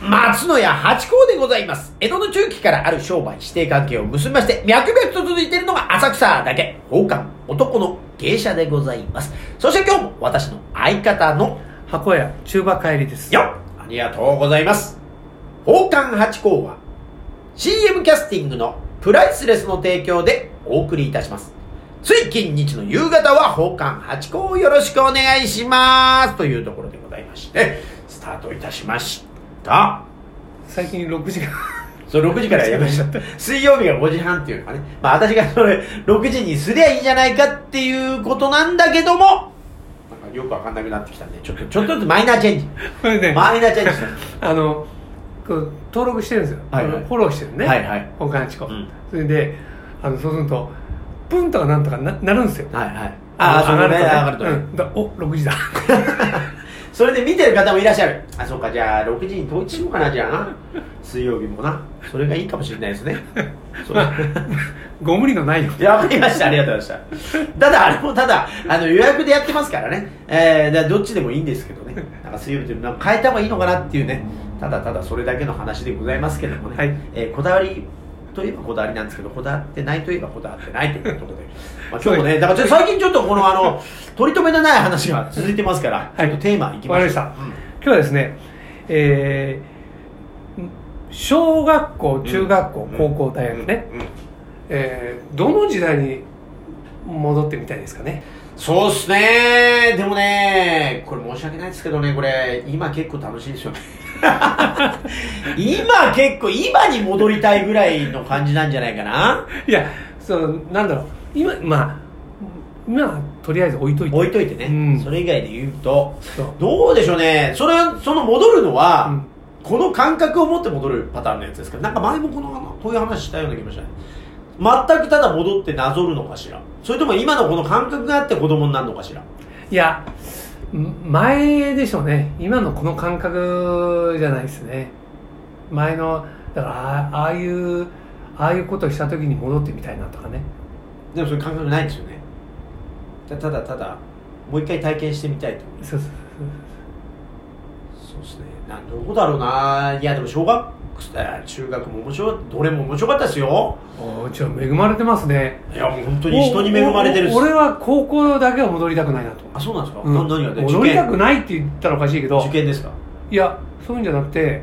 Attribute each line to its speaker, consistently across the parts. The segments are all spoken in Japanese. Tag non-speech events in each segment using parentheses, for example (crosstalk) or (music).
Speaker 1: 松野屋八甲でございます。江戸の中期からある商売指定関係を結びまして、脈々と続いているのが浅草だけ、宝冠男の芸者でございます。そして今日も私の相方の、
Speaker 2: 箱屋中馬帰りです
Speaker 1: よっありがとうございます。宝冠八甲は、CM キャスティングのプライスレスの提供でお送りいたします。つい近日の夕方は宝冠八甲をよろしくお願いします。というところでございまして、スタートいたしました。
Speaker 2: 最近6時間 (laughs)
Speaker 1: (laughs) そう、6時からやりました。水曜日が5時半っていうのがね。まあ私がそれ、6時にすりゃいいじゃないかっていうことなんだけども、なんかよくわかんなくなってきたんで、ちょっと、ちょっとずつマイナーチェ (laughs) ン
Speaker 2: これ
Speaker 1: ジ。
Speaker 2: ね、
Speaker 1: マイナーチェンジした。
Speaker 2: あのこう登録してるんですよ、
Speaker 1: はいはい
Speaker 2: フォローしてるね
Speaker 1: はいはい
Speaker 2: 本館地区、
Speaker 1: うん
Speaker 2: それであのそうするとプンとかなんとかななるんですよ
Speaker 1: はいはい。
Speaker 2: あ
Speaker 1: ああ、そ
Speaker 2: 上
Speaker 1: の
Speaker 2: が
Speaker 1: ね、
Speaker 2: ると
Speaker 1: 上
Speaker 2: ね
Speaker 1: がるとね。
Speaker 2: うんだお6時だ (laughs)
Speaker 1: それで見てる方もいらっしゃる。あ、そうか、じゃあ6時に統一しようかな、じゃあな。水曜日もな。それがいいかもしれないですね。 (laughs) そう
Speaker 2: ご無理のないよ
Speaker 1: いやわかりました。ありがとうございました。ただ、あれもただ、あの、予約でやってますからね。えー、だからどっちでもいいんですけどね。なんか水曜日でなんか変えた方がいいのかなっていうね。ただただそれだけの話でございますけどもね。
Speaker 2: はい
Speaker 1: えーこだわりといえばこだわりなんですけど、こだわってないといえばこだわってないということで。まあ今日もね、だからちょっと最近ちょっとこのあの、取り留めのない話が続いてますから、
Speaker 2: は
Speaker 1: ち
Speaker 2: い
Speaker 1: ょっとテーマいきましょう。
Speaker 2: わかりま今日はですねえーん小学校中学校、
Speaker 1: うん
Speaker 2: 高校大学ね、
Speaker 1: うんうん
Speaker 2: えーどの時代に戻ってみたいですかね
Speaker 1: そうっすねでもねこれ申し訳ないですけどねこれ今結構楽しいですよ
Speaker 2: (laughs)
Speaker 1: ね今結構今に戻りたいぐらいの感じなんじゃないかない
Speaker 2: やそのなんだろう今まあ今はとりあえず置いといて
Speaker 1: 置いといてね、
Speaker 2: うん
Speaker 1: それ以外で言うと
Speaker 2: そう
Speaker 1: どうでしょうねそれその戻るのは、
Speaker 2: うん
Speaker 1: この感覚を持って戻るパターンのやつですかなんか前もこのこういう話したような気もしたね全くただ戻ってなぞるのかしらそれとも今のこの感覚があって子供になるのかしら
Speaker 2: いやん前でしょうね今のこの感覚じゃないですね前のだからあああいうああいうことをした時に戻ってみたいなとかね
Speaker 1: でもそういう感覚ないんですよねたただただもう一回体験してみたいと
Speaker 2: そうそう
Speaker 1: そうですねなんどこだろうないやでも小学あ中学も面白いどれも面白かったですよ
Speaker 2: そうおーちょ恵まれてますね
Speaker 1: いやもう本当に人に恵まれてる
Speaker 2: お
Speaker 1: し
Speaker 2: お俺は高校だけは戻りたくないなと
Speaker 1: あそうなんですか、
Speaker 2: うん
Speaker 1: な何がね
Speaker 2: 戻りたくないって言ったらおかしいけど
Speaker 1: 受験ですか
Speaker 2: いやそういうんじゃなくて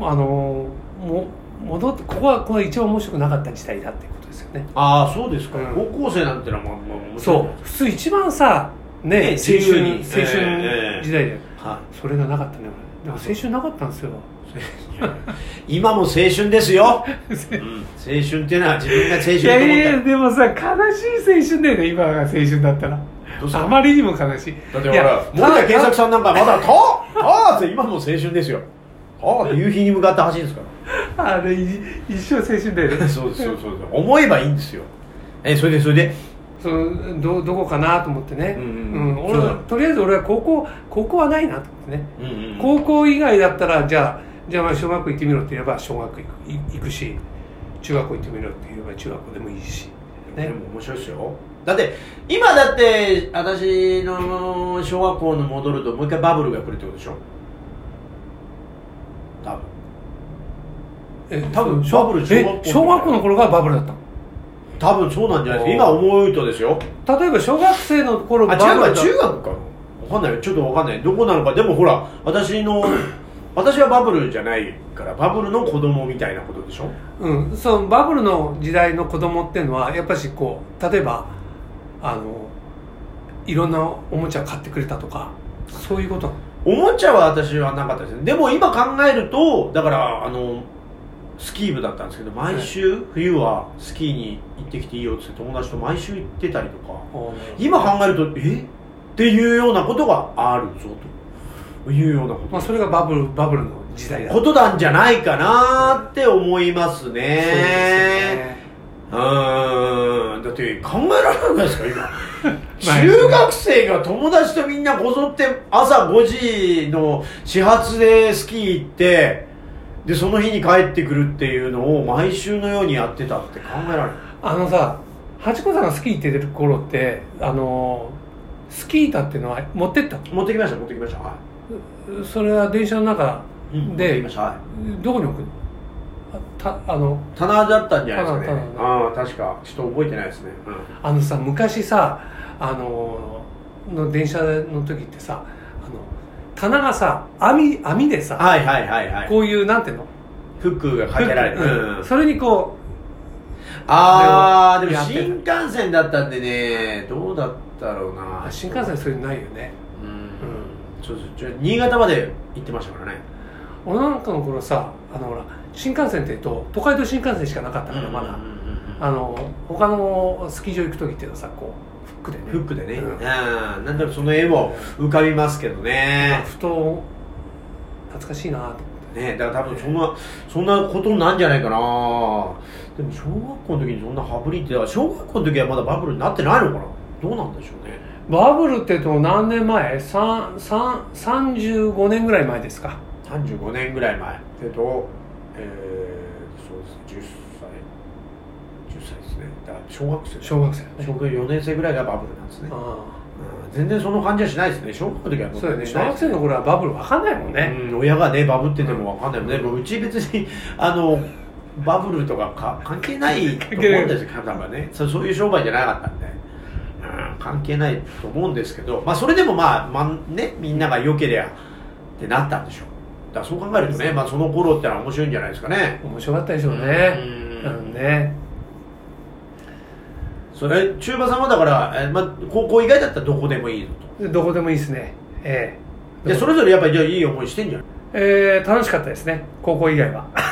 Speaker 2: あのーも戻ってここはこれ一番面白くなかった時代だっていうことですよね
Speaker 1: ああそうですか、
Speaker 2: うん
Speaker 1: 高校生なんてのはまあまあ面白い
Speaker 2: そう普通一番さね
Speaker 1: ね
Speaker 2: 青春に
Speaker 1: 自由に
Speaker 2: 青春
Speaker 1: ええ
Speaker 2: 時代で、
Speaker 1: は
Speaker 2: それがなかったね俺だから青春なかったんですよ
Speaker 1: い、今も青春ですよ、うん、青春っていうのは自分が青春と思
Speaker 2: い
Speaker 1: った
Speaker 2: やい
Speaker 1: ら
Speaker 2: やでもさ悲しい青春だよね今が青春だったら
Speaker 1: どうすか
Speaker 2: あまりにも悲しい
Speaker 1: だってほ
Speaker 2: い
Speaker 1: ら
Speaker 2: や
Speaker 1: 森田健作さんなんかまだ「とあ」って今も青春ですよ「あ」って夕日に向かって走るんですか
Speaker 2: あれい一生青春だよね
Speaker 1: らそうですそうですそうです思えばいいんですよえそれでそれで
Speaker 2: そのどどこかなと思ってね、
Speaker 1: う
Speaker 2: うんん
Speaker 1: うんうん
Speaker 2: 俺
Speaker 1: そうだ
Speaker 2: はとりあえず俺は高校高校はないなと思ってね、
Speaker 1: うんうんうん
Speaker 2: 高校以外だったらじゃあじゃあまあ小学校行ってみろって言えば小学校行くい行くし中学校行ってみろって言えば中学校でもいいし、
Speaker 1: で
Speaker 2: ね、
Speaker 1: も面白いですよだって今だって私の小学校に戻るともう一回バブルが来るってことでしょ多分
Speaker 2: え
Speaker 1: 多分
Speaker 2: そう
Speaker 1: バブル小学校
Speaker 2: え小学校の頃がバブルだった
Speaker 1: 多分そうなんじゃないですか今思うとですよ
Speaker 2: の例えば小学生の頃
Speaker 1: あ
Speaker 2: バ
Speaker 1: 違
Speaker 2: ブ
Speaker 1: う
Speaker 2: ルだ
Speaker 1: か
Speaker 2: った
Speaker 1: 中学か分かんないちょっと分かんないどこなのかでもほら私の私はバブルじゃないからバブルの子供みたいなことでしょ
Speaker 2: うん、そのバブルの時代の子供っていうのはやっぱしこう例えばあのいろんなおもちゃ買ってくれたとかそういうことなの
Speaker 1: おもちゃは私はなかったですねでも今考えるとだからあのスキー部だったんですけど毎週冬はスキーに行ってきていいよっつって友達と毎週行ってたりとか今考えるとえっていうようなことがあるぞというようなこと
Speaker 2: まあ、それがバブルバブルの時代だ
Speaker 1: ことなんじゃないかなーって思います
Speaker 2: そうですよ
Speaker 1: ね
Speaker 2: ね
Speaker 1: うーんだって考えられなくないですか今
Speaker 2: (laughs) まあ
Speaker 1: 中学生が友達とみんなこぞって朝5時の始発でスキー行ってでその日に帰ってくるっていうのを毎週のようにやってたって考えられない
Speaker 2: あのさ八子さんがスキー行ってる頃ってあのスキー板っていうのは持ってった
Speaker 1: 持ってきました持ってきましたはい
Speaker 2: それは電車の中
Speaker 1: うん、
Speaker 2: で
Speaker 1: わかりましたはい
Speaker 2: どこに置くのあたあの
Speaker 1: 棚だったんじゃないですかね
Speaker 2: 棚棚
Speaker 1: ああ確かちょっと覚えてないですね、うん
Speaker 2: あのさ昔さあのの電車の時ってさあの棚がさ網網でさ
Speaker 1: はいはいはいはい
Speaker 2: こういうなんていうの
Speaker 1: フックがかけられて、
Speaker 2: うん
Speaker 1: うん
Speaker 2: それにこ
Speaker 1: ああでも
Speaker 2: やってた
Speaker 1: 新幹線だったんでねどうだったろうな
Speaker 2: う新幹線それないよね
Speaker 1: うん、そうそうちょ新潟まで行ってましたからね
Speaker 2: 俺なんかの頃さあのほら新幹線っていうと都会道新幹線しかなかったからまだ、
Speaker 1: うんうんうん
Speaker 2: あの他のスキー場行く時っていうのはさこうフックでね
Speaker 1: フックでね、
Speaker 2: うん
Speaker 1: うん、なんでもその絵も浮かびますけどね
Speaker 2: ふと懐かしいなと思って
Speaker 1: ねだから多分そんなそんなことなんじゃないかなでも小学校の時にそんな羽振りってだから小学校の時はまだバブルになってないのかなどうなんでしょうね
Speaker 2: バブルっていうと何年前さんさん35年ぐらい前ですか
Speaker 1: 35年ぐらい前えっとえー、そうですね10歳10歳ですねだから小学生
Speaker 2: 小学生
Speaker 1: 小学4年生ぐらいがバブルなんですね、
Speaker 2: あ
Speaker 1: うん全然その感じはしないですね小学校の時は
Speaker 2: あ
Speaker 1: も
Speaker 2: そうだよね
Speaker 1: し
Speaker 2: 小
Speaker 1: ないで
Speaker 2: 学
Speaker 1: す
Speaker 2: 生の頃はバブルわかんないもんね、
Speaker 1: うん、親がねバブっててもわかんないもんね、もううち別にあのバブルとかか関係ないと思うんですよ多分ねそうそういう商売じゃなかったんで、うん、関係ないと思うんですけど、まあ、それでもまあ、まあね、みんなが良けりゃってなったんでしょうだからそう考えるとね、まあ、その頃ってのは面白いんじゃないですかね
Speaker 2: 面白かったでしょうね
Speaker 1: うん
Speaker 2: うんね
Speaker 1: それ中馬さんはだから、えまあ、高校以外だったらどこでもいいぞ
Speaker 2: でどこでもいいですねえ
Speaker 1: と
Speaker 2: え
Speaker 1: でそれぞれやっぱりじゃあいい思いしてんじゃん
Speaker 2: えー楽しかったですね高校以外は (laughs)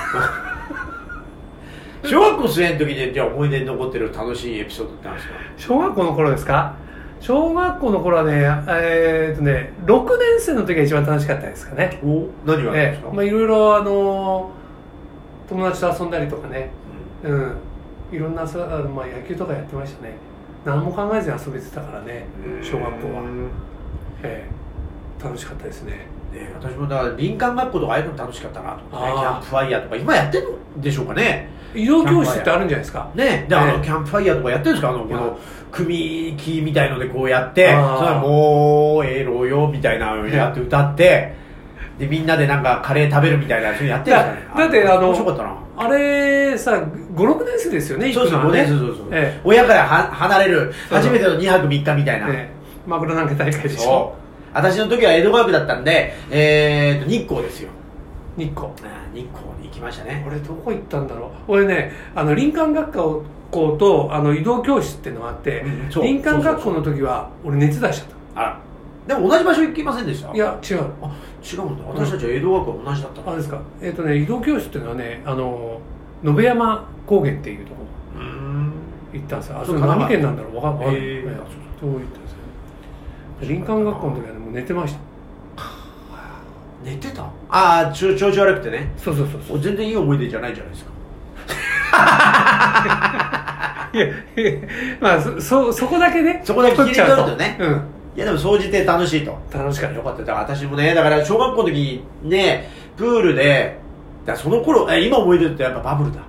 Speaker 1: 小学校生の時でじゃあ思い出に残ってる楽しいエピソードってあるんですか
Speaker 2: 小学校の頃ですか小学校の頃はねえーっとね6年生の時が一番楽しかったですかね
Speaker 1: お何があるんで
Speaker 2: え
Speaker 1: すか、
Speaker 2: えまあいろいろあの友達と遊んだりとかねうん、いろんなさ、あのまあ、野球とかやってましたね何も考えずに遊べてたからね
Speaker 1: うん
Speaker 2: 小学校は、
Speaker 1: ね
Speaker 2: ええ楽しかったですね
Speaker 1: 私もだから林間学校とかああいうの楽しかったなと思ってねキ
Speaker 2: あー
Speaker 1: ャンプファイヤーとか今やってるんでしょうかね
Speaker 2: 移動教室ってあるんじゃないですか
Speaker 1: ねであの
Speaker 2: ね
Speaker 1: キャンプファイヤーとかやってるんですかあのこ
Speaker 2: いや
Speaker 1: の組木みたいのでこうやってそれ
Speaker 2: あー
Speaker 1: はもうエロよみたいなのやって歌ってでみんなでなんかカレー食べるみたいなそういうのやってるんですかね
Speaker 2: だだってあの
Speaker 1: 面白かったな
Speaker 2: あれさ56年生ですよね
Speaker 1: そうです
Speaker 2: 行く
Speaker 1: 5
Speaker 2: のは
Speaker 1: 年
Speaker 2: ね
Speaker 1: 生そうそう
Speaker 2: え
Speaker 1: 親からは離れる
Speaker 2: そう
Speaker 1: 初めての2泊3日みたいな
Speaker 2: ええマグロなんか大会でし
Speaker 1: そ
Speaker 2: ょ
Speaker 1: う私の時は江戸川区だったんでえーと日光ですよ
Speaker 2: 日光
Speaker 1: あー日光に行きましたね
Speaker 2: 俺どこ行ったんだろう俺ねあの林間学校とあの移動教室っていうのがあって、
Speaker 1: うんそう
Speaker 2: 林間学校の時は俺熱出しちゃっ
Speaker 1: あらでも同じ場所行きませんでした
Speaker 2: たいや違う
Speaker 1: あ違うんだ私たちは江戸川区は同じだった
Speaker 2: あ
Speaker 1: う
Speaker 2: れですかえっ、とね移動教室っていうのはねあの野辺山高原っていうところ
Speaker 1: ーん
Speaker 2: 行ったんですよあ
Speaker 1: そ
Speaker 2: そうれ
Speaker 1: 神
Speaker 2: 何
Speaker 1: 奈
Speaker 2: 県なんだろうわかんない、
Speaker 1: へー
Speaker 2: ええそう行ったんですよ林間学校の時はねもう寝てました
Speaker 1: (laughs) 寝てたああ調調子悪くてね
Speaker 2: そうそうそうそ
Speaker 1: お
Speaker 2: う (laughs)
Speaker 1: 全然いい思い出じゃないじゃないですか
Speaker 2: いやいやまあそそそこだけね
Speaker 1: そこだけ切り取るとね
Speaker 2: 取っちゃう
Speaker 1: いやでも掃除って楽しいと
Speaker 2: とうん楽しかった
Speaker 1: よ
Speaker 2: よ
Speaker 1: かっただから私もねだから小学校の時ねプールでだからその頃え今思い出るとやっぱバブルだ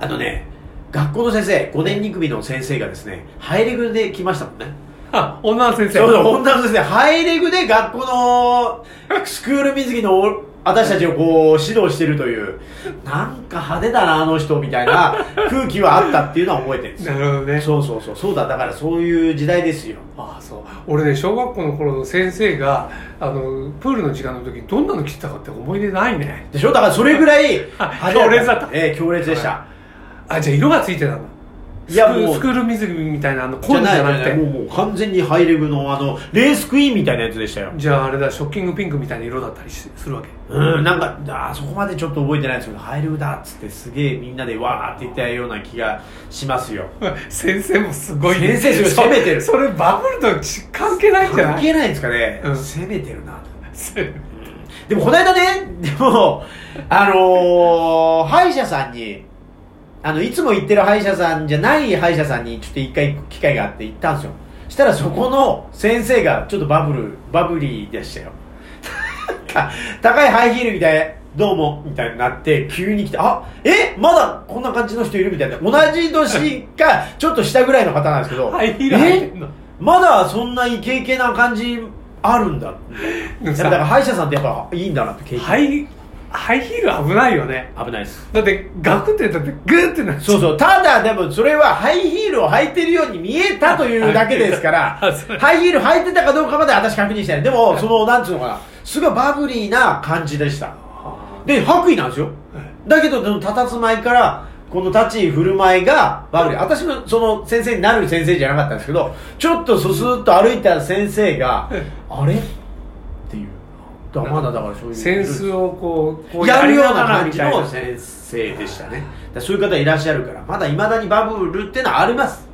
Speaker 1: あのね学校の先生5年2組の先生がですねハイレグで来ましたもんね
Speaker 2: あ女の先生
Speaker 1: そうそう、本田の先生、ハイレグで学校のスクール水着のお私たちをこう指導してるという、なんか派手だな、あの人みたいな空気はあったっていうのは覚えてるんですよ。
Speaker 2: なるほどね
Speaker 1: そうそうそう、そうだ、だからそういう時代ですよ。
Speaker 2: ああそう俺ね小学校の頃の先生があのプールの時間の時にどんなの着てたかって思い出ないね
Speaker 1: でしょだからそれぐらい
Speaker 2: あ
Speaker 1: 派手
Speaker 2: 強烈だった
Speaker 1: ええ強烈でした。
Speaker 2: あじゃあ色がついてたんだ
Speaker 1: いや
Speaker 2: スクー
Speaker 1: もう
Speaker 2: スクール水着みたいなあの
Speaker 1: じ
Speaker 2: 紺
Speaker 1: ゃ
Speaker 2: じ
Speaker 1: ない
Speaker 2: ゃ
Speaker 1: じゃ
Speaker 2: なく
Speaker 1: ない、も
Speaker 2: て
Speaker 1: うもう完全にハイレグのあの、レースクイーンみたいなやつでしたよ。
Speaker 2: じゃああれだショッキングピンクみたいな色だったりしするわけ
Speaker 1: うん、なんか、あーそこまでちょっと覚えてないんですけど、ハイレグだっつってすげえみんなでわーって言ったような気がしますよ。
Speaker 2: 先生もすごい、
Speaker 1: 先生すごい攻めてる
Speaker 2: そそれバブルとち関係ないんじゃ
Speaker 1: 関
Speaker 2: ない
Speaker 1: 係ないんですかね、
Speaker 2: うん
Speaker 1: 攻めてるなと
Speaker 2: せ
Speaker 1: でもこの間ねでもあのー歯医者さんにあのいつも行ってる歯医者さんじゃない歯医者さんにちょっと一回行く機会があって行ったんですよしたらそこの先生がちょっとバブルバブリーでしたよ (laughs) なんか高いハイヒールみたいどうもみたいになって急に来てあえまだこんな感じの人いるみたいな同じ年かちょっと下ぐらいの方なんですけ
Speaker 2: (laughs)
Speaker 1: ど
Speaker 2: ハイヒール履いてんの
Speaker 1: えまだそんなイケイケな感じあるんだ
Speaker 2: でも
Speaker 1: やっぱだから
Speaker 2: さ
Speaker 1: 歯医者さんってやっぱいいんだなって経験
Speaker 2: ハイハイヒール危ないよね
Speaker 1: 危ないです
Speaker 2: だってガクってだってグーってなっちゃ
Speaker 1: そうそうただでもそれはハイヒールを履いてるように見えたというだけですか (laughs)
Speaker 2: あ
Speaker 1: ら
Speaker 2: そう
Speaker 1: ハイヒール履いてたかどうかまで私確認してないでもそのなんつうのかなすごいバブリーな感じでした
Speaker 2: あ
Speaker 1: で白衣なんですよ
Speaker 2: ーは
Speaker 1: だ
Speaker 2: い
Speaker 1: けどその佇まいからこの立ち居振る舞いがバブリー私のその先生になる先生じゃなかったんですけどちょっとそすっと歩いた先生が
Speaker 2: え
Speaker 1: あれっていうだからまだだからそういう
Speaker 2: センスをこうこ
Speaker 1: やるような
Speaker 2: り
Speaker 1: 感じ
Speaker 2: がら
Speaker 1: の
Speaker 2: みたいな
Speaker 1: 先生でしたねだからそういう方いらっしゃるからまだいまだにバブルってのはあります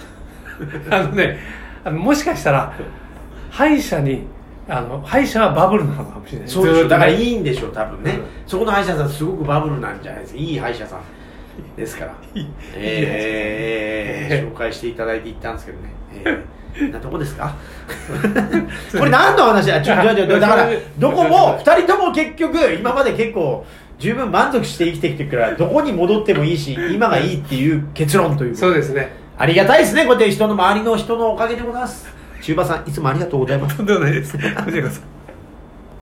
Speaker 2: (laughs) あのねあのもしかしたら歯医者にあの歯医者はバブルなのかもしれない
Speaker 1: そうでし
Speaker 2: ず
Speaker 1: ょ
Speaker 2: ーっと
Speaker 1: だ
Speaker 2: ね
Speaker 1: からいいんでしょう多分ね、
Speaker 2: うん
Speaker 1: そこの歯医者さんすごくバブルなんじゃないですかいい歯医者さんですから
Speaker 2: (laughs) いい
Speaker 1: え
Speaker 2: いい歯医者さん
Speaker 1: え紹介していただいて行ったんですけどね、ええなとこです
Speaker 2: (laughs)
Speaker 1: かこれ何の話だちょちょちょだ
Speaker 2: (laughs)
Speaker 1: からどこも2人とも結局今まで結構十分満足して生きてきてるからどこに戻ってもいいし今がいいっていう結論ということ
Speaker 2: そうですね
Speaker 1: ありがたいですね、こうやって人の周りの人のおかげでございます。中馬さん、いつもありがとうございます。
Speaker 2: (laughs) とんでもないですこちらこそ